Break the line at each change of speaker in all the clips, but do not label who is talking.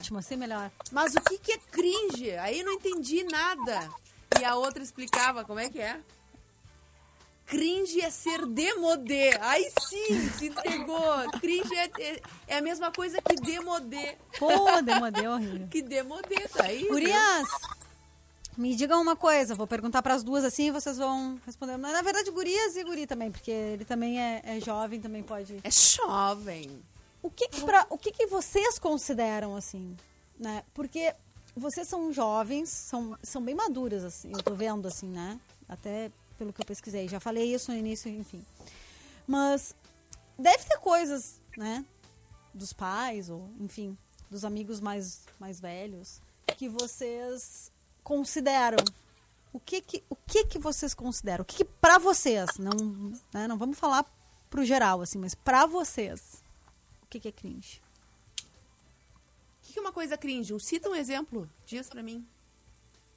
ótimo, assim melhor.
Mas o que, que é cringe? Aí eu não entendi nada. E a outra explicava como é que é. Cringe é ser demodê. Aí sim, se entregou. Cringe é, é, é a mesma coisa que demodê.
Pô, demodê horrível.
Que demodê, tá aí.
Gurias, me digam uma coisa. Vou perguntar para as duas assim e vocês vão responder. Mas, na verdade, gurias e guri também, porque ele também é, é jovem, também pode...
É jovem.
O que que, pra- o que que vocês consideram, assim, né? Porque vocês são jovens, são, são bem maduras, assim, eu tô vendo, assim, né? Até pelo que eu pesquisei. Já falei isso no início, enfim. Mas deve ter coisas, né? Dos pais, ou, enfim, dos amigos mais, mais velhos, que vocês consideram. O que que, o que, que vocês consideram? O que, que pra vocês, não, né? não vamos falar pro geral, assim, mas pra vocês... O que, que é cringe?
O que, que é uma coisa cringe? Cita um exemplo. Diz pra mim.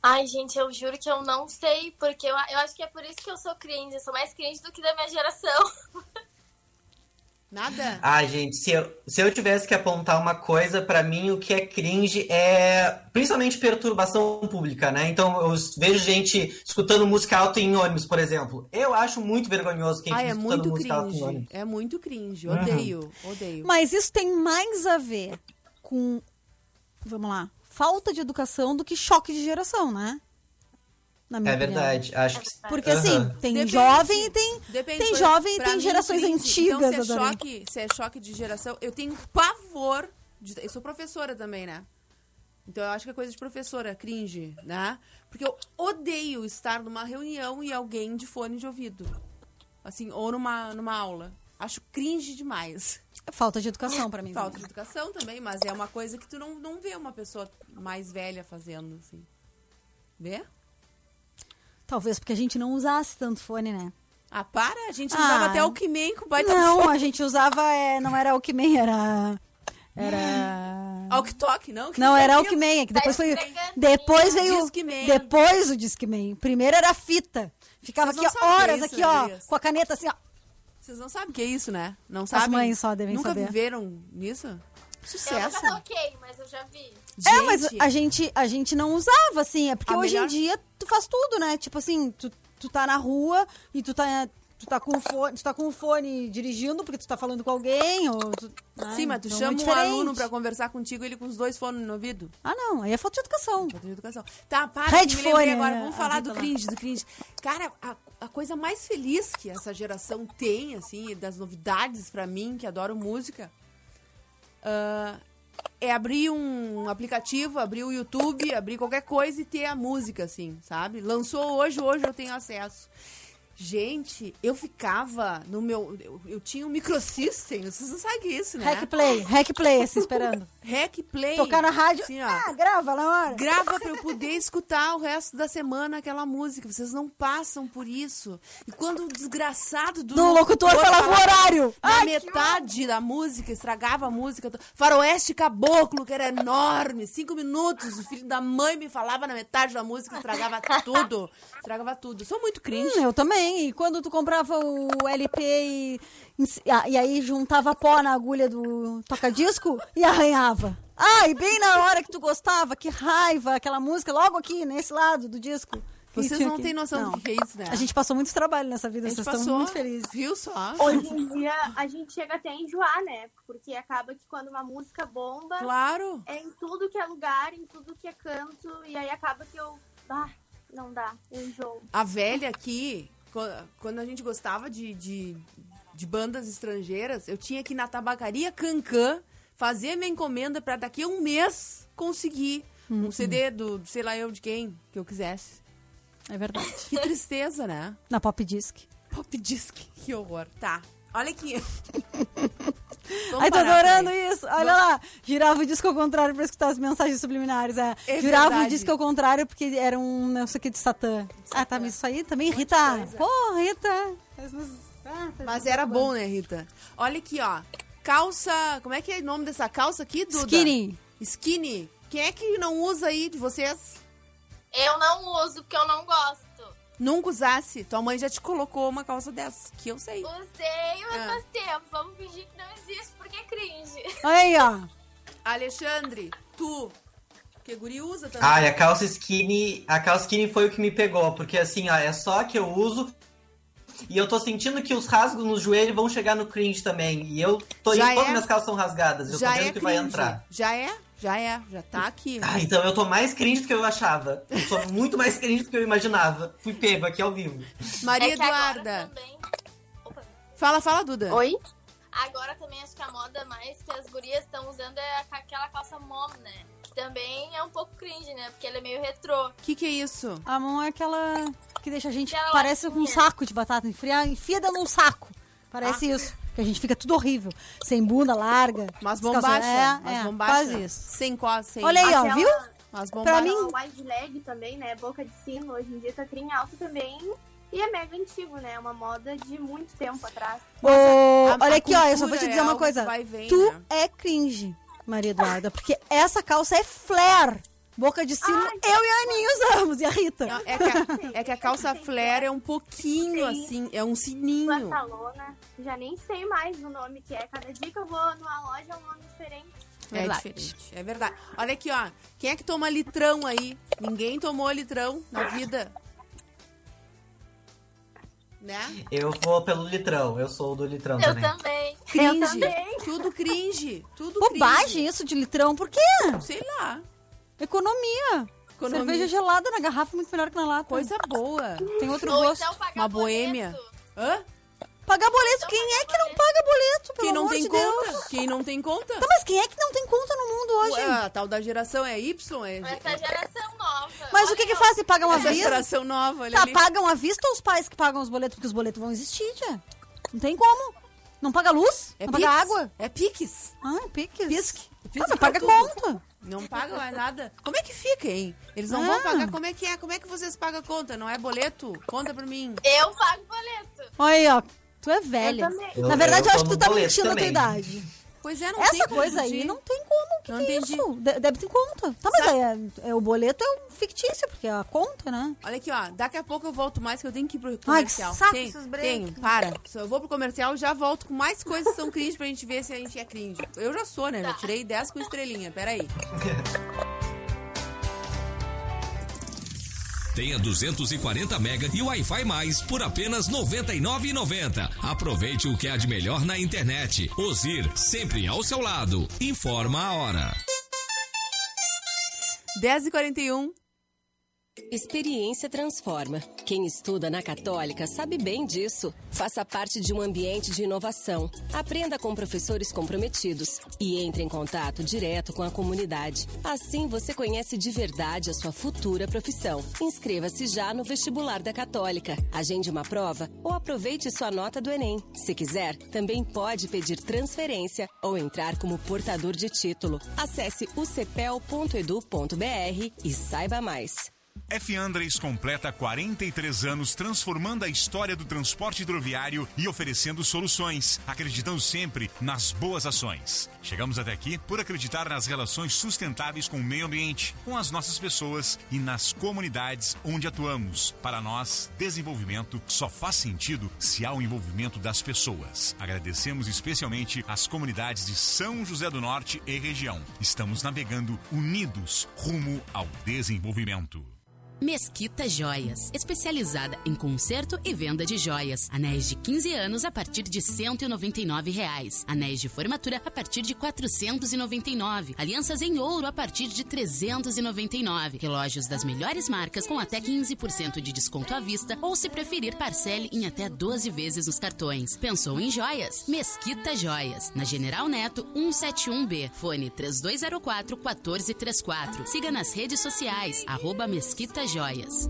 Ai, gente, eu juro que eu não sei, porque eu, eu acho que é por isso que eu sou cringe. Eu sou mais cringe do que da minha geração.
Nada?
Ah, gente, se eu, se eu tivesse que apontar uma coisa, pra mim o que é cringe é principalmente perturbação pública, né? Então eu vejo gente escutando música alta em ônibus, por exemplo. Eu acho muito vergonhoso quem
Ah,
fica
é
escutando
muito
música alta em
cringe.
ônibus.
É muito cringe.
Aham.
Odeio, odeio.
Mas isso tem mais a ver com, vamos lá, falta de educação do que choque de geração, né? Na
Uhum.
minha
É
opinião.
verdade, acho que.
Porque
Aham.
assim, tem
Depende.
jovem e tem.
Depende,
Tem
por-
jovem e
pra
tem
mim,
gerações
cringe.
antigas,
Então, se é,
Adorei.
choque, se é choque de geração, eu tenho pavor. de- eu sou professora também, né? Então eu acho que é coisa de professora, cringe, né? Porque eu odeio estar numa reunião e alguém de fone de ouvido. Assim, ou numa, numa aula. Acho cringe demais.
É Falta de educação pra mim.
Falta de educação também, mas é uma coisa que tu não, não vê uma pessoa mais velha fazendo, assim. Vê?
Talvez porque a gente não usasse tanto fone, né?
Ah, para! A gente
Ah.
usava até o Kimen com baita
não,
fone.
a gente usava. é, não era Alckmin, era. Era.
Alktok, não?
Não, era
Aquilo.
Alckmin, é que depois foi.
esfregando.
Depois
né?
veio.
Discman.
Depois o Discman. Primeiro era a fita. Ficava
Vocês
aqui
não
ó,
sabem
horas,
isso,
aqui, ó,
Andressa.
com a caneta assim, ó.
Vocês não sabem o que é isso, né? Não sabem?
mães só devem
Nunca
saber.
viveram nisso?
Eu
Sucesso.
nunca toquei, mas eu já vi.
é, mas
Gente,
a gente, a gente não usava, assim. É porque
A
hoje
melhor-
em dia tu faz tudo, né? Tipo assim, tu, tu tá na rua e tu tá. Tu tá, com o fone, tu tá com o fone dirigindo porque tu tá falando com alguém. Ou tu, né?
Sim, mas tu
Então é
chama um
diferente.
aluno pra conversar contigo, ele com os dois fones no ouvido.
Ah, não. Aí é falta de educação.
Falta de educação. Tá, para que me
Headphone,
lembrei agora.
é,
Vamos
a
falar
dita
do
lá.
cringe, do cringe. Cara, a, a coisa mais feliz que essa geração tem, assim, e das novidades pra mim, que adoro música, ah, é abrir um aplicativo, abrir o YouTube, abrir qualquer coisa e ter a música, assim, sabe? Lançou hoje, hoje eu tenho acesso. Gente, eu ficava no meu. Eu, eu tinha um microsystem, vocês não sabem o que é isso, né?
Hack play, hack play, assim, esperando.
Hack play.
Tocar na rádio.
Assim, ó
ah, grava na hora.
grava pra eu poder escutar o resto da semana aquela música. Vocês não passam por isso. E quando o desgraçado do,
Do locutor falava o horário.
na
Ai, que
metade da música, estragava a música. Faroeste Caboclo, que era enorme, cinco minutos. O filho da mãe me falava na metade da música, estragava tudo. Estragava tudo. Sou muito cringe.
Hum, eu também. E quando tu comprava o LP e, e a- e aí juntava pó na agulha do toca-disco e arranhava. Ah, e bem na hora que tu gostava, que raiva, aquela música logo aqui, nesse lado do disco. Que
Vocês
tinha
não
aqui.
têm noção
Não.
do que é isso, né?
A gente passou muito trabalho nessa vida,
A gente
vocês estão muito felizes.
Viu só?
Hoje em dia a gente chega até a enjoar, né? Porque acaba que quando uma música bomba,
Claro.
é em tudo que é lugar, em tudo que é canto, e aí acaba que eu. Ah, não dá, eu enjoo.
A velha aqui, qu- quando a gente gostava de, de, de bandas estrangeiras, eu tinha que ir na tabacaria Cancan fazer minha encomenda pra daqui a um mês conseguir
Uhum.
um CD do sei lá eu de quem que eu quisesse.
É verdade.
Que tristeza, né?
Na Pop Disc.
Pop disc, que horror. Tá, olha aqui. Vamos
Ai, tô
parar,
adorando
peraí.
isso. Olha lá. Girava o disco ao contrário pra escutar as mensagens subliminares. É.
É
Girava o
verdade.
disco ao contrário porque era um não sei o que de Satã. Ah, tá. Mas isso aí também irrita. Pô, Rita. Faz nos- Ah, faz
Mas
nos-
era bom, né, Rita? Olha aqui, ó. Calça. Como é que é o nome dessa calça aqui, Duda?
Skinny.
Skinny. Quem é que não usa aí de vocês?
Eu não uso, porque eu não gosto.
Nunca usasse. Tua mãe já te colocou uma calça dessa, que eu sei.
Usei, mas
Ah.
faz tempo. Vamos fingir que não existe, porque é cringe.
Olha aí, ó.
Alexandre, tu. Porque guri usa também.
Ah, e a calça skinny, a calça skinny foi o que me pegou, porque assim, ó, é só a que eu uso. E eu tô sentindo que os rasgos no joelho vão chegar no cringe também. E eu tô
Já
indo, todas
é-
minhas calças são rasgadas, eu tô vendo que vai
cringe.
entrar.
Já é, já é, já tá aqui.
Ah, então eu tô mais cringe do que eu achava. Eu sou muito mais cringe do que eu imaginava. Fui pego aqui ao vivo.
Maria
É que
Eduarda,
Agora também,
fala, fala, Duda.
Oi?
agora também acho que a moda mais que as gurias estão usando é ca- aquela calça mom, né? Que também é um pouco cringe, né? Porque ela é meio retrô.
O que que é isso?
A mão é aquela que deixa a gente.
Aquela
parece com um
latinha.
saco de batata enfriada, enfiada num um saco.
Ah.
Parece isso. Que a gente fica tudo horrível. Sem bunda larga.
Mas
descalça-
bombacha,
É,
mas
é,
bombacha.
quase isso.
Sem quase, sem...
Olha aí, ó,
Aquela-
viu?
Mas
pra
bombacha.
mim-
Aquela wide leg também, né? Boca de sino, hoje em dia tá trem alto também. E é mega antigo, né? É uma moda de muito tempo atrás.
Ô,
a-
olha
a
aqui, ó, eu só vou
cultura
te
é
dizer uma
algo que
coisa.
vai e vem,
tu
né?
é cringe, Maria Eduarda, porque essa calça é flare. Boca de sino,
Ai,
eu e a Aninha usamos, e a Rita.
Não, é, que a, é que a calça flare é um pouquinho
Sim.
assim, é um sininho.
Pantalona. Já nem sei mais o nome que é. Cada dia que eu vou numa loja é um nome diferente.
É
Verdade.
diferente, é verdade. Olha aqui, ó. Quem é que toma litrão aí? Ninguém tomou litrão na vida. Né?
Eu vou pelo litrão, eu sou do litrão
Eu
também.
também.
Cringe.
também.
Tudo cringe. Tudo
Bobagem
cringe.
isso de litrão, por quê?
Sei lá.
Economia.
Economia.
Cerveja gelada na garrafa é muito melhor que na lata.
Coisa boa.
Tem outro
Ou
gosto.
então pagar
Uma
boleto.
boêmia. Hã?
Pagar boleto,
então
quem é que não paga boleto, pelo
Quem não
amor
tem
de Deus?
conta? Quem não tem conta?
Tá, mas quem é que não tem conta no mundo hoje? Tá
Ué, a tal da geração é Y? É,
Essa geração nova.
Mas o que que faz? um Se pagam à
essa
vista?
geração nova, olha
Tá,
ali.
pagam à vista ou os pais que pagam os boletos? Porque os boletos vão existir, tia. Não tem como. Não paga luz?
É
não
Pix.
paga água?
É Pix.
Ah, pique.
Pisque.
Ah,
Pisque
mas paga
tudo.
conta.
Não paga mais nada. Como é que fica, hein? Eles não vão
Ah.
pagar. Como é que é? Como é que vocês pagam a conta? Não é boleto? Conta pra mim.
Eu pago boleto.
Olha aí, ó. Tu é velha.
Eu também.
Eu-
Na verdade, eu,
eu
acho que
tô
tu
no
tá
boleto
mentindo a tua
também.
idade.
Pois é, não tem
Essa
como
coisa
fugir.
aí não tem como. O que,
Não
que é
entendi.
isso? De débito em conta. Tá, mas
Sabe-
aí é, é o boleto é um fictício, porque é a conta, né?
Olha aqui, ó. Daqui a pouco eu volto mais, que eu tenho que ir pro
Ai, que
comercial.
saco
Tem-
esses breaks.
tenho, para. Só Eu vou pro comercial e já volto com mais coisas que são cringe pra gente ver se a gente é cringe. Eu já sou, né? Já
Tá.
tirei 10 com estrelinha. Peraí.
Tenha 240 mega e Wi-Fi mais por apenas 99,90. Aproveite o que há de melhor na internet. Ozir, sempre ao seu lado. Informa a hora.
10 e 41
Experiência transforma. Quem estuda na Católica sabe bem disso. Faça parte de um ambiente de inovação. Aprenda com professores comprometidos e entre em contato direto com a comunidade. Assim você conhece de verdade a sua futura profissão. Inscreva-se já no vestibular da Católica. Agende uma prova ou aproveite sua nota do Enem. Se quiser, também pode pedir transferência ou entrar como portador de título. Acesse ucpel.edu.br e saiba mais.
F. Andres completa 43 anos transformando a história do transporte hidroviário e oferecendo soluções, acreditando sempre nas boas ações. Chegamos até aqui por acreditar nas relações sustentáveis com o meio ambiente, com as nossas pessoas e nas comunidades onde atuamos. Para nós, desenvolvimento só faz sentido se há o envolvimento das pessoas. Agradecemos especialmente às comunidades de São José do Norte e região. Estamos navegando unidos rumo ao desenvolvimento.
Mesquita Joias, especializada em conserto e venda de joias. Anéis de 15 anos a partir de R$ 199 reais. Anéis de formatura a partir de R$ 499. Alianças em ouro a partir de R$ 399. Relógios das melhores marcas com até 15% de desconto à vista ou se preferir parcele em até 12 vezes nos cartões. Pensou em joias? Mesquita Joias, na General Neto 171B. Fone 3204 1434. Siga nas redes sociais arroba Mesquita Joias.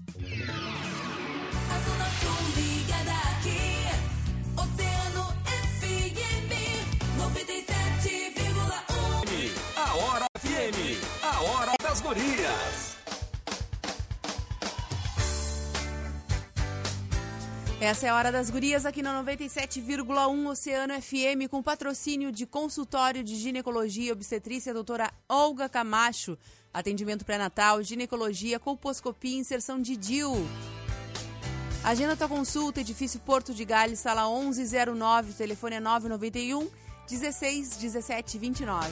A hora FM. A hora das gurias.
Essa é a Hora das Gurias aqui na 97,1 Oceano FM, com patrocínio de consultório de ginecologia e obstetrícia, doutora Olga Camacho. Atendimento pré-natal, ginecologia, colposcopia e inserção de DIU. Agenda tua consulta, edifício Porto de Gales, sala 1109, telefone é 991 16 17 29.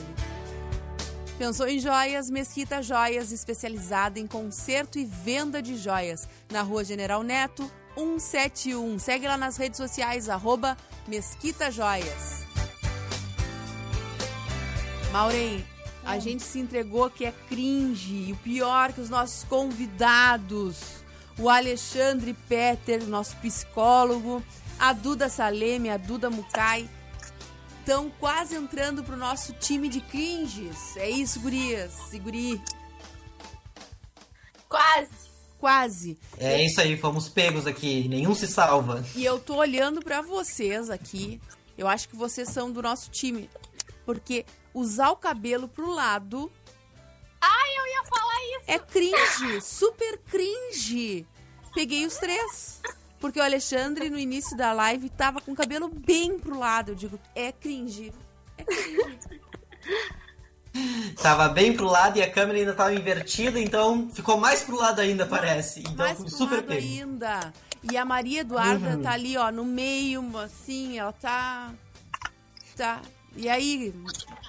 Pensou em joias? Mesquita Joias, especializada em conserto e venda de joias. Na rua General Neto, 171. Segue lá nas redes sociais, arroba Mesquita Joias. Maureen, a gente se entregou que é cringe. E o pior é que os nossos convidados. O Alexandre Peter, nosso psicólogo. A Duda Saleme, a Duda Mukai. Estão quase entrando pro nosso time de cringes. É isso, gurias. E guri,
Quase.
quase.
É isso aí, fomos pegos aqui. Nenhum se salva.
E eu tô olhando pra vocês aqui. Eu acho que vocês são do nosso time. Porque usar o cabelo pro lado
Eu ia falar isso.
é cringe, super cringe. Peguei os três. Porque o Alexandre, no início da live, tava com o cabelo bem pro lado. Eu digo, é cringe.
Tava bem pro lado e a câmera ainda tava invertida, então ficou mais pro lado ainda, parece. Então
Mais
fui
pro
super
lado
pego.
ainda. E a Maria Eduarda tá ali, ó, no meio, assim, ela tá. Tá. E aí,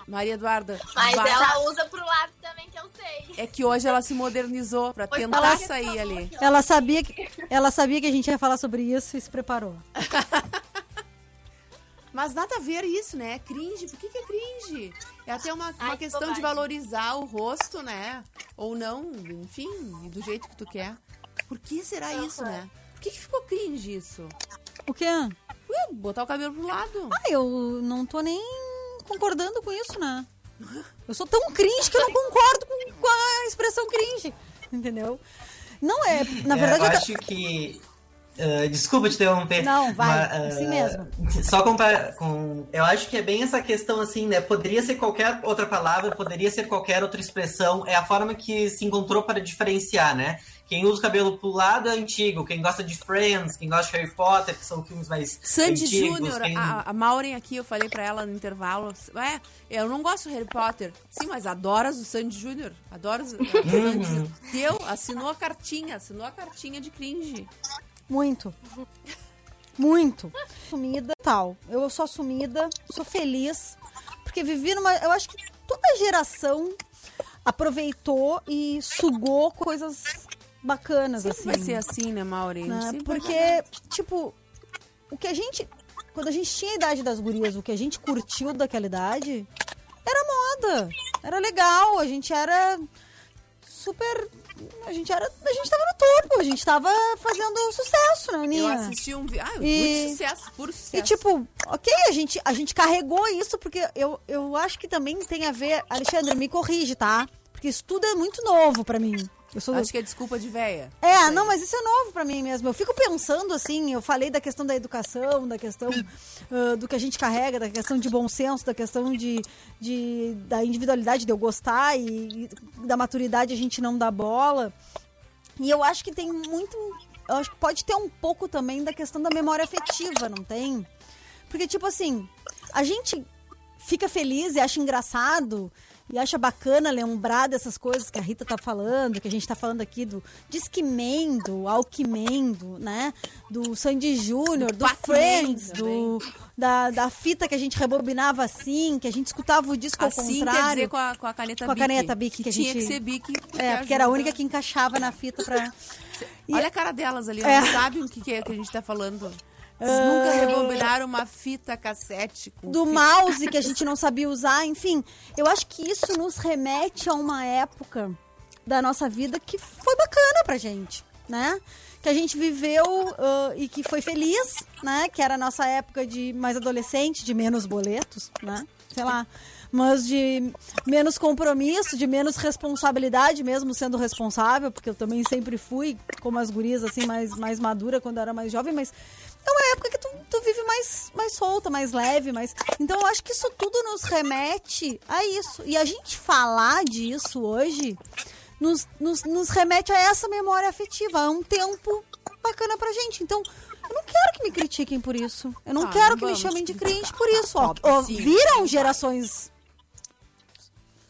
Maria Eduarda?
Mas
vai-
ela usa pro lado também, que eu sei.
É que hoje ela se modernizou pra
Pois
tentar
fala-
sair ali.
Ela sabia, que, ela sabia que a gente ia falar sobre isso e se preparou.
Mas nada a ver isso, né? É cringe. Por que, que é cringe? É até uma, uma
Ai, que
questão de
bobagem.
valorizar o rosto, né? Ou não, enfim, do jeito que tu quer. Por que será isso, né? Por que, que ficou cringe isso?
O quê?
Ué, botar o cabelo pro lado.
Ah, eu não tô nem concordando com isso, né? Eu sou tão cringe que eu não concordo com, com a expressão cringe. Entendeu? Não é. Na
É,
verdade,
eu
eu tô-
acho que. ah, desculpa te interromper.
Não, vai,
ah,
assim mesmo.
Só comparar com. Eu acho que é bem essa questão assim, né? Poderia ser qualquer outra palavra, poderia ser qualquer outra expressão. É a forma que se encontrou para diferenciar, né? Quem usa o cabelo pro lado é antigo, quem gosta de Friends, quem gosta de Harry Potter, que são filmes mais.
Sandy
antigos,
Júnior,
quem-
a, a Maureen aqui, eu falei pra ela no intervalo. É, eu não gosto de Harry Potter. Sim, mas adoras o Sandy Júnior. Adoras o o
Uhum.
Sandy Júnior. Deu, assinou a cartinha, assinou a cartinha de cringe.
Muito. Muito. Sumida, tal. Eu sou sumida, sou feliz. Porque vivi numa. Eu acho que toda geração aproveitou e sugou coisas bacanas,
Sempre
assim.
vai ser assim, né, Maureen?
né?
Sempre vai
Porque, tipo, o que a gente. Quando a gente tinha a idade das gurias, o que a gente curtiu daquela idade era moda. Era legal, a gente era super. A gente era. A gente tava no topo, a gente tava fazendo sucesso, né,
Eu
Aninha?
assisti um vídeo. Ah,
E-
muito sucesso, puro sucesso.
E tipo, ok, a gente, a gente carregou isso, porque eu, eu acho que também tem a ver. Alexandre, me corrige, tá? Porque isso tudo é muito novo pra mim. Eu sou,
Acho que é desculpa de véia.
é, não, mas isso é novo pra mim mesmo. Eu fico pensando assim, eu falei da questão da educação, da questão ah, do que a gente carrega, da questão de bom senso, da questão de, de- da individualidade, de eu gostar e, e da maturidade a gente não dá bola. E eu acho que tem muito, eu acho que pode ter um pouco também da questão da memória afetiva, não tem? Porque tipo assim, a gente fica feliz e acha engraçado e acha bacana lembrar dessas coisas que a Rita tá falando, que a gente tá falando aqui do Disquimendo, Alquimendo, né? Do Sandy Júnior, do
Pac-Man
Friends,
também.
do, da, da fita que a gente rebobinava assim, que a gente escutava o disco ao
assim quer dizer
contrário.
com a, com a caneta
Com a
Bic.
caneta Bic, que a
tinha
gente-
que ser Bic.
É, porque era a
ajuda.
única que encaixava na fita pra... E-
Olha a cara delas ali,
É. Ah.
não sabem o que, que é que a gente tá falando. Vocês nunca rebobinaram uma fita cassete com
do
fita-
mouse que a gente não sabia usar, enfim. Eu acho que isso nos remete a uma época da nossa vida que foi bacana pra gente, né? Que a gente viveu ãh, e que foi feliz, né? Que era a nossa época de mais adolescente, de menos boletos, né? Sei lá. Mas de menos compromisso, de menos responsabilidade, mesmo sendo responsável, porque eu também sempre fui, como as gurias, assim, mais, mais madura quando eu era mais jovem, mas é uma época que tu, tu vive mais, mais solta, mais leve, mais. Então eu acho que isso tudo nos remete a isso. E a gente falar disso hoje nos, nos, nos remete a essa memória afetiva. É um tempo bacana pra gente. Então, eu não quero que me critiquem por isso. Eu não
Ah,
quero
não
que me
vamos
chamem de
criticar.
cringe por isso. Ó, ó,
sim.
viram gerações.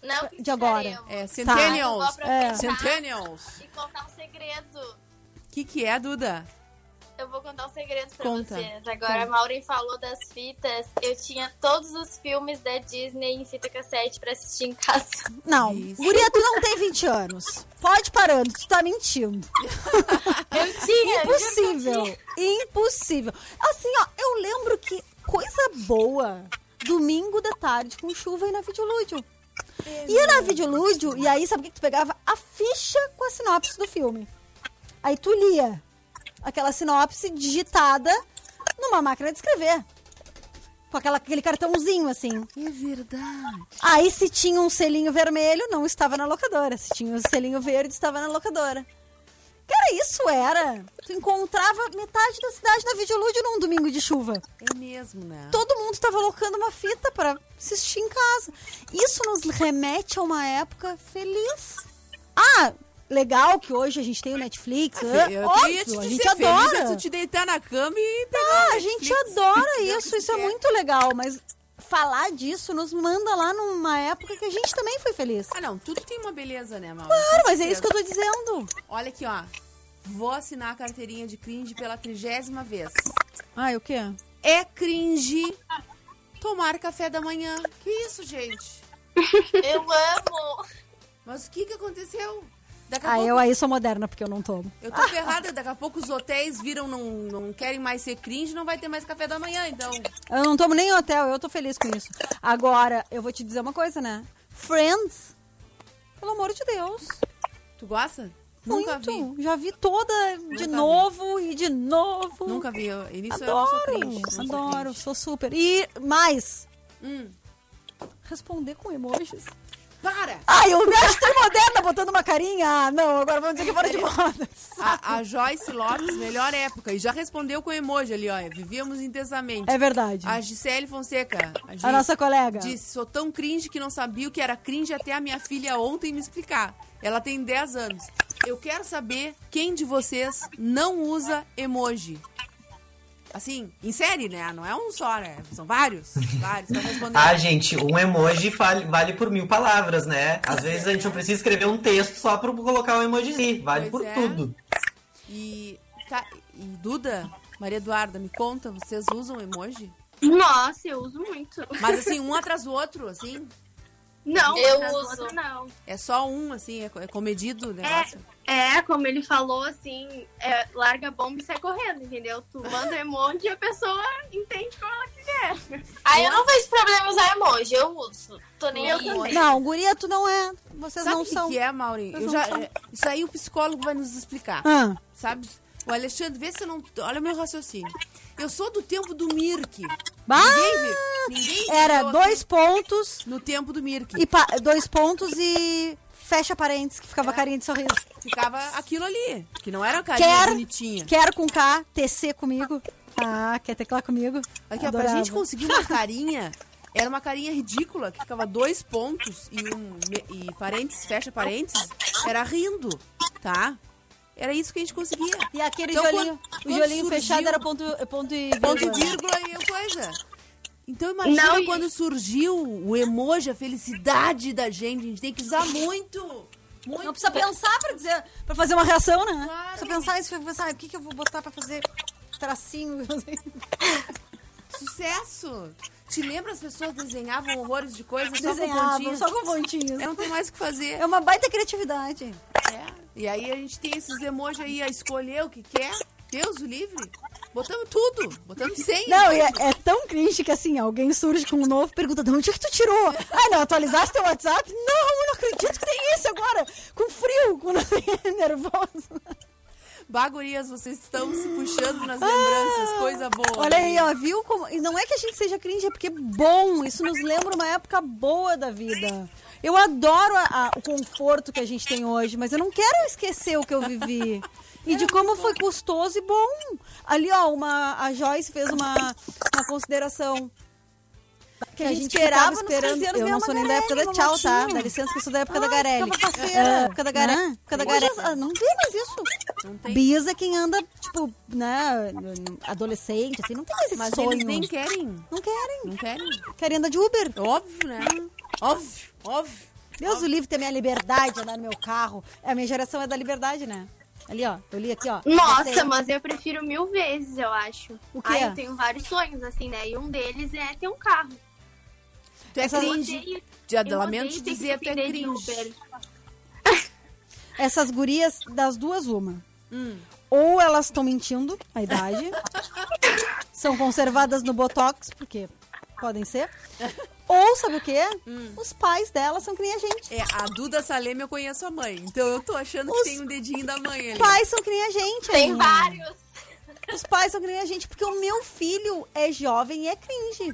Não
De agora.
criticaremos.
É,
Eu vou
Centennials.
É.
aproveitar
Centennials.
E contar um segredo.
O que, que é, Duda?
Eu vou contar um segredo pra
Conta.
vocês. Agora a Maureen falou das fitas. Eu tinha todos os filmes da Disney em fita cassete pra assistir em casa.
Não.
Isso.
Guria, tu não tem 20 anos. Pode ir parando, tu tá mentindo.
Eu tinha, eu juro que eu
Impossível. Impossível. Assim, ó, eu lembro que coisa boa. Domingo da tarde, com chuva e na videolúdio. Ia na videolúdio, e aí, sabe o que que tu pegava? A ficha com a sinopse do filme. Aí tu lia aquela sinopse digitada numa máquina de escrever. Com aquela, aquele cartãozinho, assim.
É verdade.
Aí, se tinha um selinho vermelho, não estava na locadora. Se tinha um selinho verde, estava na locadora. Cara, isso era. Tu encontrava metade da cidade na videolúdio num domingo de chuva.
É mesmo, né?
Todo mundo estava locando uma fita para assistir em casa. Isso nos remete a uma época feliz. Ah, legal que hoje a gente tem o Netflix. ah,
Eu queria te
óbvio,
dizer,
a gente
feliz
adora.
é tu te deitar na cama e pegar
Ah,
o
a gente
Netflix.
adora
Fazer o
isso,
que
isso é
quer.
muito legal, mas falar disso nos manda lá numa época que a gente também foi feliz.
Ah, não, tudo tem uma beleza, né, Mauro?
Claro, mas é isso que eu tô dizendo.
Olha aqui, ó. Vou assinar a carteirinha de cringe pela trigésima vez.
Ai, o quê?
É cringe tomar café da manhã. Que isso, gente?
tinha. Eu amo.
Mas o que que aconteceu? Daqui a
Ah,
pouco
eu aí sou moderna porque eu não tomo.
Eu tô ferrada, daqui a pouco os hotéis viram, não, não querem mais ser cringe, não vai ter mais café da manhã, então.
Eu não tomo nem em hotel, eu tô feliz com isso. Agora, eu vou te dizer uma coisa, né? Friends, pelo amor de Deus.
Tu gosta? Nunca vi.
muito. Já vi toda de novo e de novo.
Nunca vi. é eu- Início eu não sou
Adoro,
cringe. não sou
adoro,
cringe.
sou super. E mais,
Hum,
responder com emojis.
para!
Ai, eu me acho tão moderna botando uma carinha. Ah, não, agora vamos dizer que é fora de moda.
A, a Joyce Lopes, melhor época. E já respondeu com emoji ali, ó. Vivíamos intensamente.
É verdade.
A Gisele Fonseca. A, Gi,
A nossa colega.
Disse, sou tão cringe que não sabia o que era cringe até a minha filha ontem me explicar. Ela tem 10 anos. Eu quero saber quem de vocês não usa emoji. Assim, em série, né? Não é um só, né? São vários. Vários. Tá Vai responder.
Ah, gente, um emoji vale, vale por mil palavras, né? Às vezes a gente não precisa escrever um texto só pra colocar um emoji ali. Vale
Pois
por
é.
tudo.
E, tá, e Duda, Maria Eduarda, me conta, vocês usam emoji?
Nossa, eu uso muito.
Mas assim, um atrás do outro, assim?
Não,
Eu
mas
uso.
outra não.
É só um, assim? É, co- é comedido o negócio?
É, como ele falou, assim, é, larga a bomba e sai correndo, entendeu? Tu manda emoji e a pessoa entende como ela quiser.
Aí eu não vejo problema em usar emoji, eu uso. Tô nem
Eu
aí.
também.
Não, guria, tu não é. Vocês
Sabe
não
o que
são.
que é, Maureen?
Vocês não
Eu já,
são.
é, isso aí o psicólogo vai nos explicar.
Ah,
Sabe? O Alexandre, vê se eu não. Olha o meu raciocínio. Eu sou do tempo do Mirk.
bah,
Ninguém, vi- ninguém
era
viveu aqui
dois pontos
No tempo do Mirk.
e pa- dois pontos e fecha parênteses que ficava carinha de sorriso.
Ficava aquilo ali. Que não era uma carinha
Quer-
bonitinha.
Quero com K, TC comigo. Ah, quer teclar comigo?
Aqui, ó, pra
Adorava.
gente conseguir uma carinha, era uma carinha ridícula, que ficava dois pontos e um me- e parênteses, fecha parênteses, era rindo, tá? Era isso que a gente conseguia.
E aquele
Então,
jolinho,
quando-
o
quando
jolinho fechado
surgiu-
era ponto, ponto e
Ponto e
vírgula.
vírgula e coisa. Então imagina
Não, e-
quando surgiu o emoji, a felicidade da gente. A gente tem que usar muito. Muito.
Não precisa pensar pra dizer, pra fazer uma reação, né?
Claro.
Precisa pensar isso, pensar, ah, o que, que eu vou botar pra fazer tracinho?
Sucesso. Te lembra as pessoas desenhavam horrores de coisas só com
Desenhava,
pontinhos?
só com pontinhos.
Eu não tem mais o que fazer.
É uma baita criatividade.
É. E aí a gente tem esses emojis aí a escolher o que quer. Deus o livre. Botamos tudo. Botamos 100.
Não, e é, é tão cringe que assim, alguém surge com um novo pergunta, de onde é que tu tirou? Ah, não, atualizaste teu WhatsApp? Não, eu não acredito que tem isso agora. Com frio, com nervoso.
Bagurias, vocês estão se puxando nas lembranças. Coisa boa.
Ah,
né?
Olha aí, ó, viu como. E não é que a gente seja cringe, é porque é bom. Isso nos lembra uma época boa da vida. Eu adoro a- a- o conforto que a gente tem hoje, mas eu não quero esquecer o que eu vivi. E de como foi custoso e bom. Ali, ó, uma, a Joyce fez uma, uma consideração. que a, gente,
ficava
esperava nos 15 anos
Eu
ganhar
não
uma
sou nem da época da
Garelli,
Tchau, tá?
mamãozinho.
Dá licença que eu sou da época da
Ai,
Garelli.
ficava parceira.
É, época da Garelli.
Né?
Época da
Hoje
Garelli.
as- ah, não tem mais isso.
Não tem.
Bis é quem anda, tipo, né, adolescente, assim, não tem mais esse
Mas
sonho.
eles nem querem.
Não querem.
Não querem.
Querem andar de Uber.
Óbvio, né? Óbvio, óbvio.
Deus o livre ter minha liberdade, andar no meu carro. A minha geração é da liberdade, né? Ali, ó. Eu li aqui, ó.
Nossa, mas eu prefiro mil vezes, eu acho.
O quê?
Ah, eu tenho vários sonhos, assim, né? E um deles é ter um carro.
Tu é
Eu
cringe.
odeio-
De
eu
lamento
odeio
de
ter que
dizer tu é
depender de
cringe.
Uber.
Essas gurias, das duas, uma. Ou elas estão mentindo a idade, são conservadas no Botox, porque podem ser. Ou, sabe o quê? Os pais delas são que nem a gente.
É, a Duda Saleme eu conheço a mãe. Então eu tô achando que
Os
tem um dedinho da mãe ali.
Os pais são que nem a gente.
Tem
ainda.
vários.
Os pais são que nem a gente, porque o meu filho é jovem e é cringe.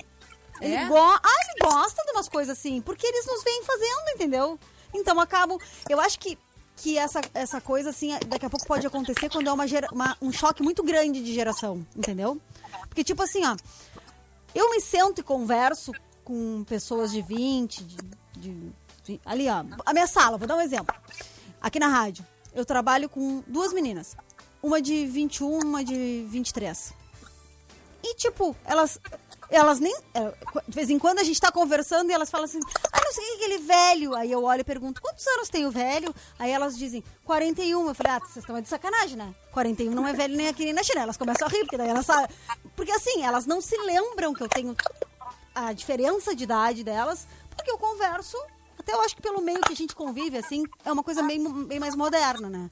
Ele,
É?
go ah, ele gosta de umas coisas assim, porque eles nos vêm fazendo, entendeu? Então acabam. Eu acho que, que essa, essa coisa, assim, daqui a pouco pode acontecer quando é uma gera- uma- um choque muito grande de geração, entendeu? Porque, tipo assim, ó, eu me sento e converso com pessoas de 20, de, de- de- ali, ó. A minha sala, vou dar um exemplo. Aqui na rádio, eu trabalho com duas meninas. Uma de 21, uma de 23. E, tipo, elas. Elas nem. é, De vez em quando a gente tá conversando e elas falam assim: Ah, não sei o que, aquele velho. Aí eu olho e pergunto: Quantos anos tem o velho? Aí elas dizem: 41. Eu falei: Ah, vocês estão de sacanagem, né? 41 não é velho nem aqui nem na China. Elas começam a rir, porque daí elas sabem. Porque assim, elas não se lembram que eu tenho a diferença de idade delas, porque eu converso. Até eu acho que pelo meio que a gente convive, assim, é uma coisa bem, bem mais moderna, né?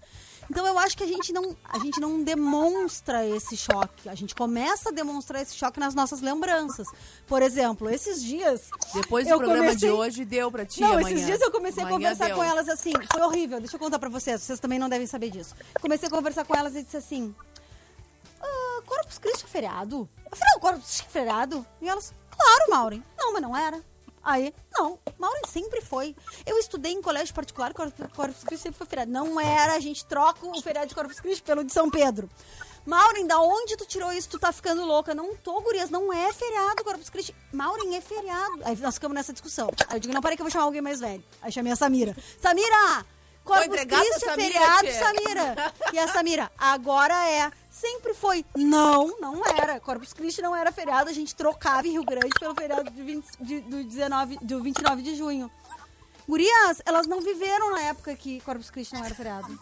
Então eu acho que a gente, não, a gente não demonstra esse choque. A gente começa a demonstrar esse choque nas nossas lembranças. Por exemplo, esses dias.
Depois do
eu
programa de
comecei-
hoje, deu pra ti
não,
amanhã.
esses dias eu comecei a
Amanhã
conversar
deu.
com elas assim, foi horrível, deixa eu contar pra vocês, vocês também não devem saber disso. Comecei a conversar com elas e disse assim, ah, Corpus Christi é feriado? Afinal, Corpus Christi é feriado? E elas, claro, Maureen. Não, mas não era. Aí, não, Maureen sempre foi. Eu estudei em colégio particular, Corpus Corpus Christi sempre foi feriado. Não era, a gente troca o feriado de Corpus Christi pelo de São Pedro. Maureen, da onde tu tirou isso? Tu tá ficando louca. Não tô, gurias, não é feriado Corpus Christi. Maureen, é feriado. Aí nós ficamos nessa discussão. Aí eu digo, não, peraí que eu vou chamar alguém mais velho. Aí chamei a Samira. Samira! Corpus
entregar pra
Christi é
Samira,
feriado,
tchê.
Samira! E a Samira, agora é. Sempre foi. Não, não era. Corpus Christi não era feriado. A gente trocava em Rio Grande pelo feriado de 20 de- do, 19, do 29 de junho. Gurias, elas não viveram na época que Corpus Christi não era feriado.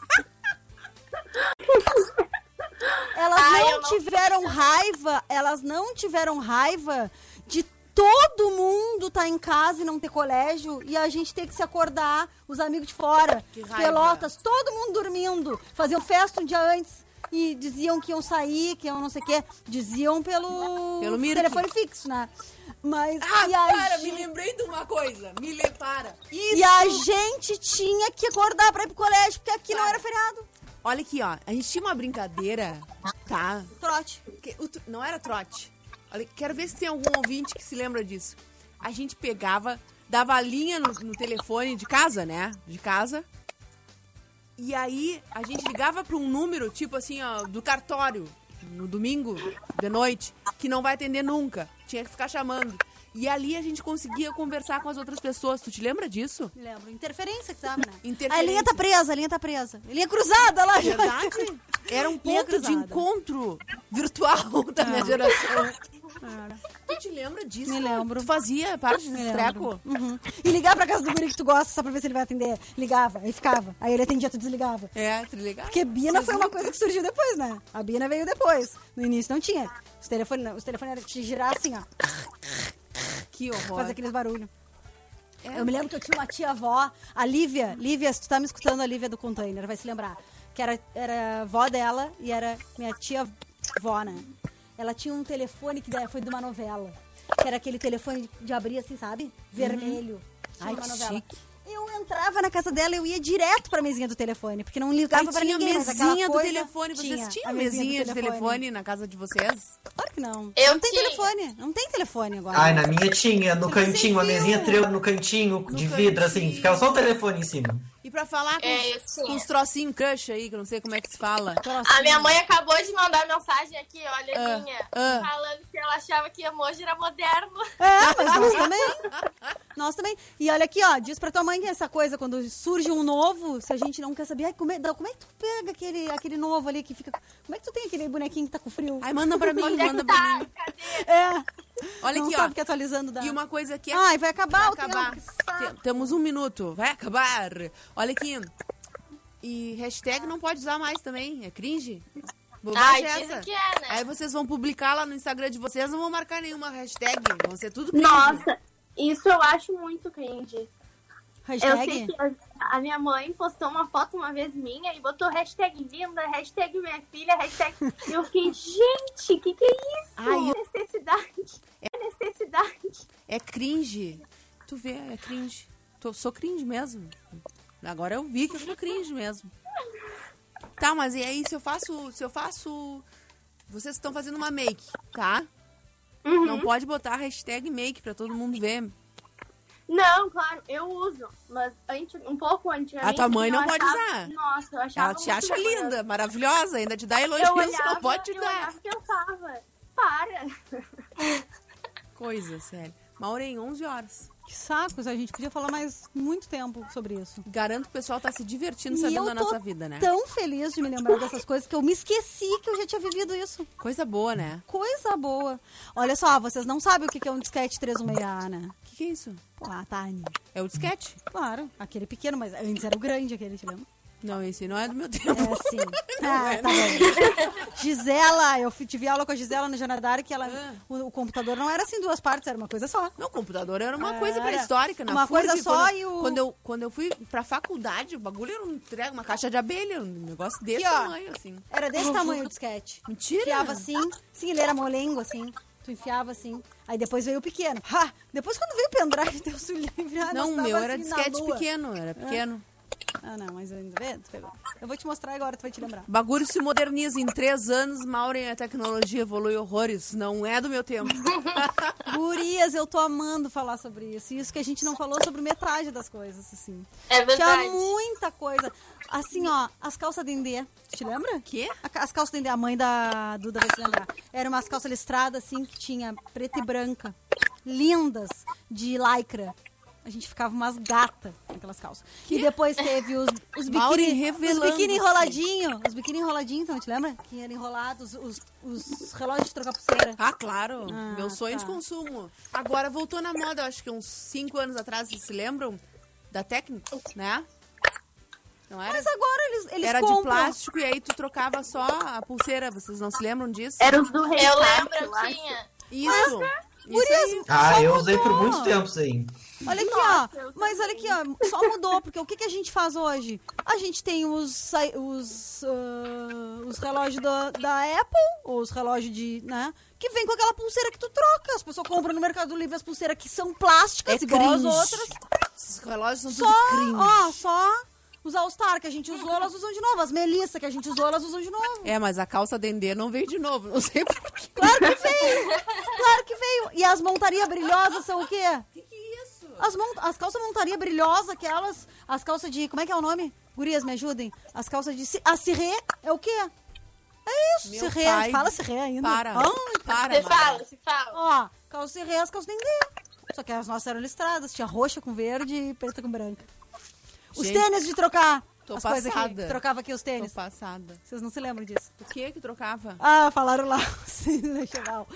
Elas
Ai,
não
eu não-
tiveram raiva, elas não tiveram raiva de todo mundo tá em casa e não ter colégio e a gente ter que se acordar, os amigos de fora,
Que raiva.
pelotas, todo mundo dormindo, faziam festa um dia antes e diziam que iam sair, que iam não sei o quê, diziam pelo,
Pelo Mirk.
telefone fixo, né? Mas
Ah,
e a
para,
gente-
me lembrei de uma coisa. Me le- para. Isso.
e a gente tinha que acordar pra ir pro colégio, porque aqui
Tá.
não era feriado.
Olha aqui, ó. A gente tinha uma brincadeira, tá?
Trote.
Que- o tro- não era trote. Olha, quero ver se tem algum ouvinte que se lembra disso. A gente pegava, dava a linha no, no telefone de casa, né? De casa. E aí a gente ligava pra um número, tipo assim, ó, do cartório, no domingo de noite, que não vai atender nunca. Tinha que ficar chamando. E ali a gente conseguia conversar com as outras pessoas. Tu te lembra disso?
Me lembro. Interferência que tava, né?
Interferência.
A linha tá presa, a linha tá presa. A linha cruzada lá, já.
Verdade? Era um
Linha
ponto de
cruzada.
encontro virtual da minha geração. Tu te lembra disso?
Me
cara?
lembro.
Tu fazia parte
Me
desse
lembro.
treco?
Uhum. E ligar pra casa do guri que tu gosta só pra ver se ele vai atender. Ligava, aí ficava. Aí ele atendia, tu desligava.
É, tu ligava?
Porque Bina foi uma coisa que surgiu depois, né? A Bina veio depois. No início não tinha. Os telefones não. Os telefones eram de girar assim, ó.
Que horror.
Faz aqueles barulhos.
É.
Eu me lembro que eu tinha uma tia-avó, a Lívia. Lívia, se tu tá me escutando, a Lívia do container, vai se lembrar. Que era, era avó dela e era minha tia-vó, né? Ela tinha um telefone que daí foi de uma novela. Que era aquele telefone de, de abrir assim, sabe? Vermelho. Tinha
Uhum. Ai,
uma
que
novela.
chique.
Eu entrava na casa dela, eu ia direto pra mesinha do telefone, porque não ligava
Ai,
pra
tinha
ninguém. mas aquela
mesinha do
coisa-
telefone. Vocês tinham
a
mesinha
do
de telefone na casa de vocês?
Claro que não.
Eu
não tem
tinha.
telefone. Não tem telefone agora.
Ai, na minha tinha, no
Vocês
cantinho, uma
viram?
mesinha triângulo no cantinho, de vidro, assim,
cantinho.
ficava só o telefone em cima.
E pra falar com,
É,
os,
eu tinha.
com os trocinhos crush aí, que eu não sei como é que se fala.
A minha mãe acabou de mandar mensagem aqui, olha
Ah,
a minha,
ah.
falando que ela achava que emoji era moderno.
É, mas nós também. Nós também. E olha aqui, ó, diz pra tua mãe que essa coisa, quando surge um novo, se a gente não quer saber, ai, como, é, da- como é que tu pega aquele, aquele novo ali que fica. Como é que tu tem aquele bonequinho que tá com frio?
Ai, manda pra mim,
Onde é
manda
que
pra mim.
tá? Cadê?
é.
Olha
não
aqui,
sabe
ó.
que atualizando da.
E uma coisa que é
Ai, vai acabar o
vai acabar.
tempo.
Tem- Temos um minuto. Vai acabar. Olha aqui. E hashtag não pode usar mais também. É cringe?
Ai,
Bobagem é
dizem
essa.
que é, né?
Aí vocês vão publicar lá no Instagram de vocês, não vão marcar nenhuma hashtag. Vão ser tudo cringe.
Nossa, isso eu acho muito cringe. Eu sei
Hashtag.
que a a minha mãe postou uma foto uma vez minha e botou hashtag linda, hashtag minha filha, hashtag. Eu fiquei, gente, que que é isso?
Ai, eu-
necessidade. É necessidade.
É cringe. Tu vê, é cringe. Tô, sou cringe mesmo. Agora eu vi que eu sou cringe mesmo. Tá, mas e aí se eu faço. Se eu faço. Vocês estão fazendo uma make, tá?
Uhum.
Não pode botar hashtag make pra todo mundo ver.
Não, claro, eu uso. Mas antes, um pouco antigamente.
A tua mãe
eu
não pode
achava-
usar.
Nossa, eu achava.
Ela te
muito
acha
né?
vergonhoso.
linda, maravilhosa, ainda te dá elogios,
Eu olhava,
não pode te
eu
dar.
olhava e pensava. Para.
Coisa, sério. Maureen, 11 horas.
Que sacos, a gente podia falar mais muito tempo sobre isso.
Garanto que o pessoal tá se divertindo
E
sabendo
eu
da
tô
nossa vida, né?
tão feliz de me lembrar dessas coisas que eu me esqueci que eu já tinha vivido isso.
Coisa boa, né?
Coisa boa. Olha só, vocês não sabem o que que é um disquete 316A, né? Ah, tá,
O que, que é isso?
Pô, a Tani.
É o disquete?
Claro, aquele pequeno, mas antes era o grande aquele, te lembra?
Não, esse não é do meu
É
tempo. é, né?
assim. Ah, tá bom. Gisela, eu fui- tive aula com a Gisela no Janadar, que ela,
Ah.
o, o computador não era assim duas partes, era uma coisa só.
Meu computador era uma coisa
Ah, Era.
pré-histórica, na
Uma
FURB,
coisa só
quando,
e o-
Quando eu, quando eu fui pra faculdade, o bagulho era um tre- uma caixa de abelha, um negócio desse
Aqui, ó.
tamanho, assim.
Era desse tamanho o disquete.
Mentira.
Enfiava assim, sim, ele era molengo assim. Tu enfiava assim. Aí depois veio o pequeno. Ha! Depois quando veio o pendrive, deu se livre. Ah,
Não,
nós
o
tava
meu era
assim na
disquete
lua.
pequeno, era pequeno.
Ah, não, mas ainda vê, tu pegou. Eu vou te mostrar agora, tu vai te lembrar.
O bagulho se moderniza. Em três anos, Maureen, a tecnologia evolui horrores. Não é do meu tempo.
Gurias, eu tô amando falar sobre isso. Isso que a gente não falou sobre metade das coisas, assim.
É verdade.
Tinha muita coisa. Assim, ó, as calças Dendê. Tu te lembra?
Quê?
A ca- As calças Dendê, a mãe da Duda vai se lembrar. Eram umas calças listradas, assim, que tinha preta e branca. Lindas, de lycra. A gente ficava umas gata com aquelas calças. E depois teve os, os
Maureen
biquíni. Os
revelando-se.
biquíni enroladinho. Os biquíni enroladinho, então, te lembra? Que eram enrolados, os, os relógios de trocar pulseira.
Ah, claro.
Ah,
meu sonho de
tá.
consumo. Agora voltou na moda, eu acho que uns cinco anos atrás, vocês se lembram? Da técnica, né? Não era?
Mas agora eles, eles
era
compram.
de plástico e aí tu trocava só a pulseira. Vocês não se lembram disso?
É.
Era os do rei.
Eu
Arthur,
lembro, eu
acho.
tinha.
Isso.
é
Isso aí.
Ah,
Só
eu usei por
mudou.
muito tempo isso aí.
Olha aqui, ó. Mas olha aqui, ó. Só mudou, porque o que, que a gente faz hoje? A gente tem os, sai- os, ah, os relógios da, da Apple, ou os relógios de. né? Que vem com aquela pulseira que tu troca. As pessoas compram no Mercado Livre as pulseiras que são plásticas, igual as outras.
Esses É relógios são
Só,
tudo cringe.
ó, só os All-Star que a gente usou, elas usam de novo. As Melissa que a gente usou, elas usam de novo.
É, mas a calça Dendê não veio de novo. Não sei porquê.
Claro que veio! Claro que veio! E as montarias brilhosas são o quê?
Que que é isso?
As, mont- as calças montaria brilhosa, aquelas. As calças de. Como é que é o nome? Gurias, me ajudem. As calças de. ci- A cirré é o quê? É isso,
Meu
cirré.
pai.
Fala cirré ainda.
Para.
Ai, então,
Para,
Você
Mara.
fala, se fala.
ó, calça cirré, as calças dendê. Só que as nossas eram listradas. Tinha roxa com verde e preta com branca. Os
Gente,
tênis de trocar.
tô
as coisas que-
passada.
que trocava aqui os
Tô
tênis.
passada.
Vocês não se lembram disso.
O que que trocava?
Ah, falaram lá. Sim, lecheval.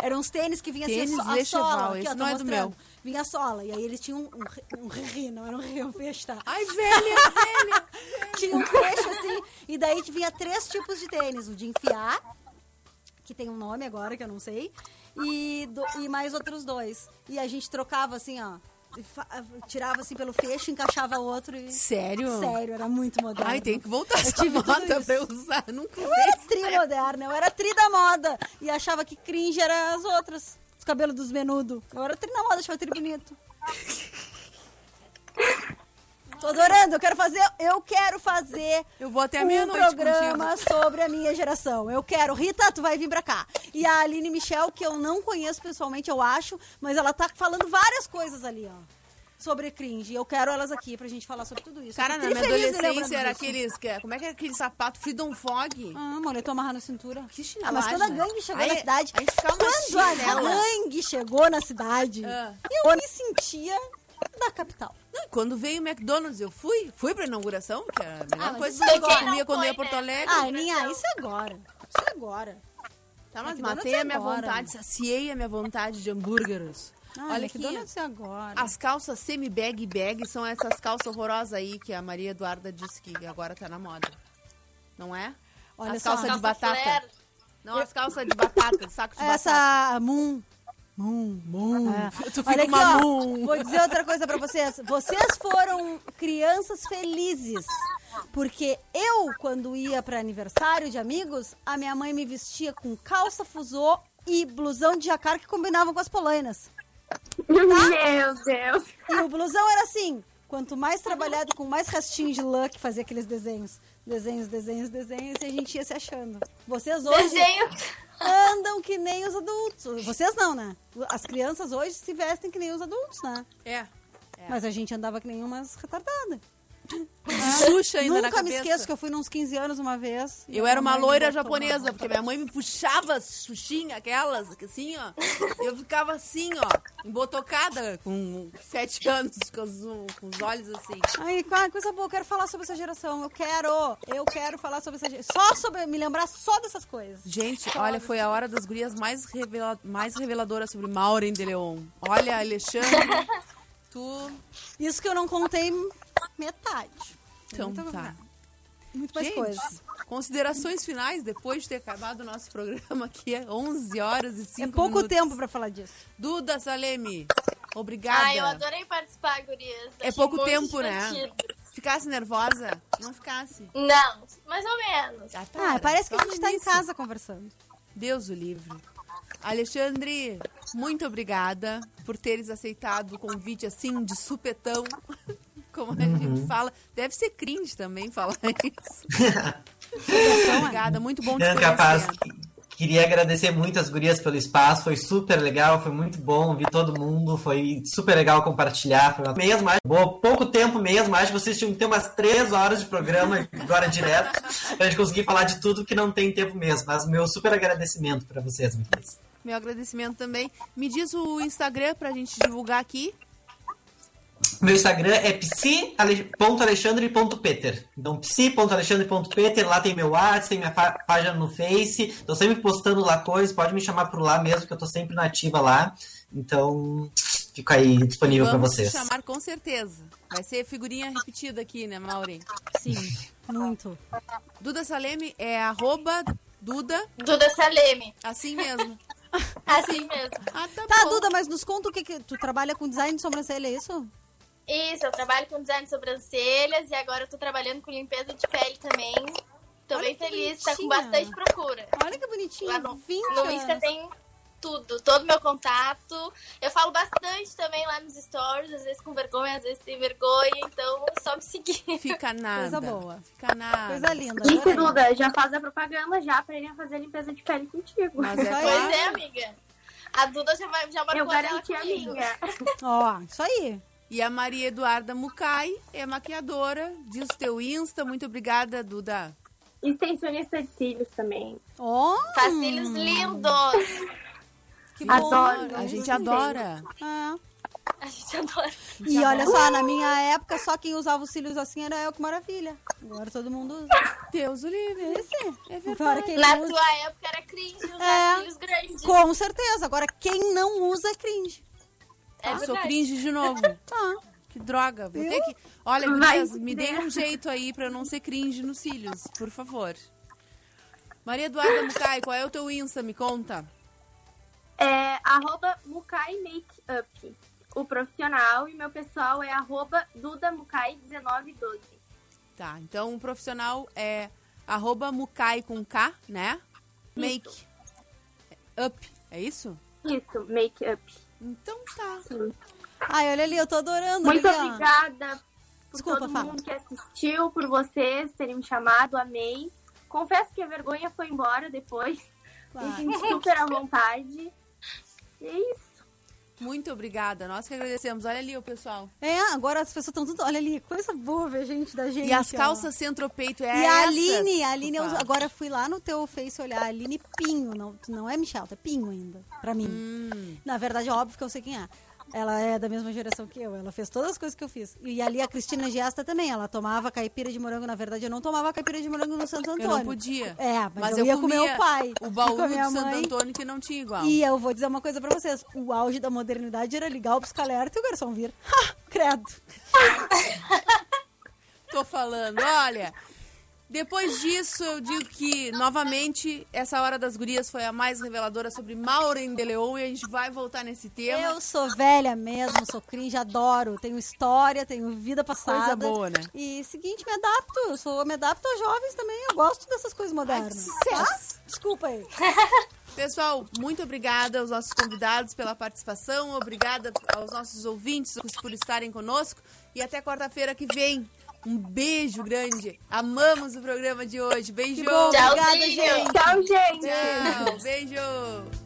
Eram uns tênis que vinha
Tênis
assim, a so- a
lecheval,
sola. Aqui,
esse
ó, tô
não é do
mostrando.
meu.
Vinha a sola. E aí eles tinham um, um, re- um re- não era um re, um fecho, tá?
Ai, velha, velha.
Tinha um fecho assim. E daí vinha três tipos de tênis. O de enfiar, que tem um nome agora que eu não sei. E, do- e mais outros dois. E a gente trocava assim, ó. e fa- Tirava assim pelo fecho, encaixava outro e...
Sério?
Sério, era muito moderno.
Ai, tem que voltar
Eu
essa
tive tudo
moda
isso.
pra eu usar. Nunca
Eu era
usei.
tri moderna, eu era tri da moda. E achava que cringe era as outras. Os cabelos dos menudo. Eu era tri na moda, achava tri bonito. Tô adorando, eu quero fazer. Eu quero fazer
Eu vou até a
um
meia-noite
programa sobre a minha geração. Eu quero. Rita, tu vai vir pra cá. E a Aline Michel, que eu não conheço pessoalmente, eu acho, mas ela tá falando várias coisas ali, ó. sobre cringe. Eu quero elas aqui pra gente falar sobre tudo isso.
Cara,
Eu
na
fiquei
minha
feliz
adolescência
lembrando
era
disso.
aqueles. que- Como é que era aquele sapato Freedom Fog?
Ah, moletom amarrado na cintura.
Que
Ah, mas quando a
chinelagem, né?
gangue chegou
Aí-
na cidade,
aí ficava uma
quando a
chinela.
gangue chegou na cidade,
Ah.
eu me sentia da capital.
Não, e quando veio o McDonald's, eu fui. Fui pra inauguração, que era a melhor
Ah, mas
coisa
isso
do mundo que eu
agora.
comia quando eu ia a
Quem
Porto
não foi, né?
Alegre.
Ah, minha, isso é agora. Isso é agora.
Tá, mas
McDonald's é
matei a minha
agora.
vontade, saciei a minha vontade de hambúrgueres.
Ah,
Olha
Olha que
aqui, Ah,
dona é agora.
as calças semi-bag e bag são essas calças horrorosas aí que a Maria Eduarda disse que agora tá na moda. Não é?
Olha
as
só.
calças de
Calça
batata.
flare.
Não, as calças de batata, saco de batata.
Essa Moon. Moon, Moon.
Tu fica
É. Olha aqui,
uma
ó,
Moon.
Vou dizer outra coisa pra vocês. Vocês foram crianças felizes. Porque eu, quando ia pra aniversário de amigos, a minha mãe me vestia com calça fusô e blusão de jacar que combinavam com as polainas.
Meu Deus.
E o blusão era assim: quanto mais trabalhado, com mais restinho de lã que fazia aqueles desenhos. Desenhos, desenhos, desenhos, e a gente ia se achando. Vocês hoje
Desenho.
andam que nem os adultos. Vocês não, né? As crianças hoje se vestem que nem os adultos, né?
É. É.
Mas a gente andava que nem umas retardadas.
Xuxa ainda na
Nunca me
cabeça.
esqueço que eu fui nos 15 anos uma vez. e
Eu
a
era uma
mamãe me
loira
botou uma-
japonesa, porque minha mãe me puxava as xuxinhas, aquelas, que assim, ó. Eu ficava assim, ó, embotocada, com sete anos, com os, com os olhos assim.
Ai, que coisa boa, eu quero falar sobre essa geração. Eu quero, eu quero falar sobre essa geração. Só sobre, me lembrar só dessas coisas.
Gente, olha, foi a hora das gurias mais, revela mais reveladoras sobre Maureen de Leon. Olha, Alexandre, tu...
Isso que eu não contei metade.
Então
Muita-
tá.
Muito mais
Gente,
coisas.
considerações finais, depois de ter acabado o nosso programa, que é 11 horas e 5
É pouco
minutos.
tempo pra falar disso.
Duda Salemi, obrigada.
Ah, eu adorei participar, gurias.
É
Achei
pouco
muito
tempo, né?
divertido.
Ficasse nervosa? Não ficasse.
Não, mais ou menos.
Ah,
Ah,
para,
parece que a
fala
gente tá em
nisso.
casa conversando.
Deus o livre. Alexandre, muito obrigada por teres aceitado o convite assim de supetão. Como a
Uhum.
gente fala. Deve ser cringe também falar isso. Então, obrigada, muito bom te
Não,
conhecer.
capaz. Queria agradecer muito as gurias pelo espaço, foi super legal, foi muito bom, vi todo mundo, foi super legal compartilhar, foi uma mesmo, acho, boa, pouco tempo mesmo, acho que vocês tinham que ter umas três horas de programa agora direto, pra gente conseguir falar de tudo que não tem tempo mesmo, mas meu super agradecimento pra vocês, meninas.
Meu agradecimento também. Me diz o Instagram pra gente divulgar aqui.
Meu Instagram é psi.alexandre.peter. Então, psi.alexandre.peter, lá tem meu WhatsApp, tem minha pá- página no Face. Tô sempre postando lá coisas, pode me chamar por lá mesmo, que eu tô sempre nativa lá. Então, fico aí disponível pra
Vamos te
vocês.
chamar com certeza. Vai ser figurinha repetida aqui, né, Maureen?
Sim, muito.
Duda Saleme é arroba Duda,
Duda Saleme.
assim mesmo.
Assim mesmo.
Ah, tá,
Tá,
bom.
Duda, mas nos conta o que que... Tu trabalha com design de sobrancelha, é isso?
Isso, eu trabalho com design de sobrancelhas e agora eu tô trabalhando com limpeza de pele também. Tô
Olha
bem
que
feliz, tá com
bonitinha.
bastante procura.
Olha que bonitinho,
Lá no,
20
no Insta
anos.
tem tudo, todo meu contato. Eu falo bastante também lá nos stories, às vezes com vergonha, às vezes sem vergonha, então é só me seguir.
Fica nada.
Coisa boa.
Fica nada.
Coisa linda. né?
Disse,
adorei.
Duda, já faz a propaganda já pra ele fazer limpeza de pele contigo.
Mas é
Pois
claro.
Pois é, amiga. A Duda já, vai- já
Eu
marcou ela
garanti a
comigo.
minha.
Ó, isso aí.
E a Maria Eduarda Mucai é maquiadora. Diz o teu Insta. Muito obrigada, Duda.
Extensionista de cílios também.
Ó,
Faz cílios
Hum.
lindos.
que
Adoro.
bom.
A gente
Sim.
adora.
Ah.
A gente adora.
E olha só, na minha época, só quem usava os cílios assim era eu, que maravilha. Agora todo mundo usa.
Deus o livre.
Esse.
É
Agora
verdade.
quem
Na
não usa...
tua época era cringe usar
É.
cílios grandes.
Com certeza. Agora, quem não usa é cringe.
É
Eu sou
verdade.
cringe de novo.
Tá.
Que droga. Vou ter que... Olha,
Vai
gurias, me
se
dê um jeito aí pra eu não ser cringe nos cílios, por favor. Maria Eduarda Mucai, qual é o teu Insta? Me conta.
É arroba Mukai Makeup, o profissional, e meu pessoal é arroba Duda Mukai 1912.
Tá, então o profissional é arroba mukai com K, né? Make. Up, é isso?
Isso, makeup.
Então tá.
Ai, olha ali, eu tô adorando.
Muito
Lilian.
obrigada por
Desculpa,
todo
fala.
mundo que assistiu, por vocês terem me chamado, amei. Confesso que a vergonha foi embora depois.
Claro.
Me senti super à vontade. E é isso.
Muito obrigada. Nós que agradecemos. Olha ali o pessoal.
É, agora as pessoas estão tudo. Olha ali, coisa boa ver gente da gente.
E as
ó.
calças centropeito é
E a
essas?
Aline, a Aline, eu
Opa.
agora fui lá no teu Face olhar, a Aline Pinho, não, não é Michel, é Pinho ainda, pra mim.
Hum.
Na verdade, é óbvio que eu sei quem é. Ela é da mesma geração que eu, ela fez todas as coisas que eu fiz. E ali a Cristina Giasta também, ela tomava caipira de morango, na verdade eu não tomava caipira de morango no Santo Antônio.
Eu não podia.
É, mas, eu, ia com meu pai,
O baú
com a
do
minha
Santo
mãe.
Antônio que não tinha igual.
E eu vou dizer uma coisa pra vocês, o auge da modernidade era ligar o pisca-alerta e o garçom vir. Ha, credo.
Tô falando, olha. Depois disso, eu digo que, novamente, essa Hora das Gurias foi a mais reveladora sobre Maureen de Leon e a gente vai voltar nesse tema.
Eu sou velha mesmo, sou cringe, adoro. Tenho história, tenho vida passada.
Coisa boa, né?
E seguinte, me adapto. Eu sou, me adapto aos jovens também. Eu gosto dessas coisas modernas.
sucesso!
Tá? Desculpa aí.
Pessoal, muito obrigada aos nossos convidados pela participação, obrigada aos nossos ouvintes por estarem conosco e até quarta-feira que vem. Um beijo grande. Amamos o programa de hoje. Beijo.
Que bom,
Tchauzinho.
obrigada, gente.
Tchau, gente.
Tchau. Beijo.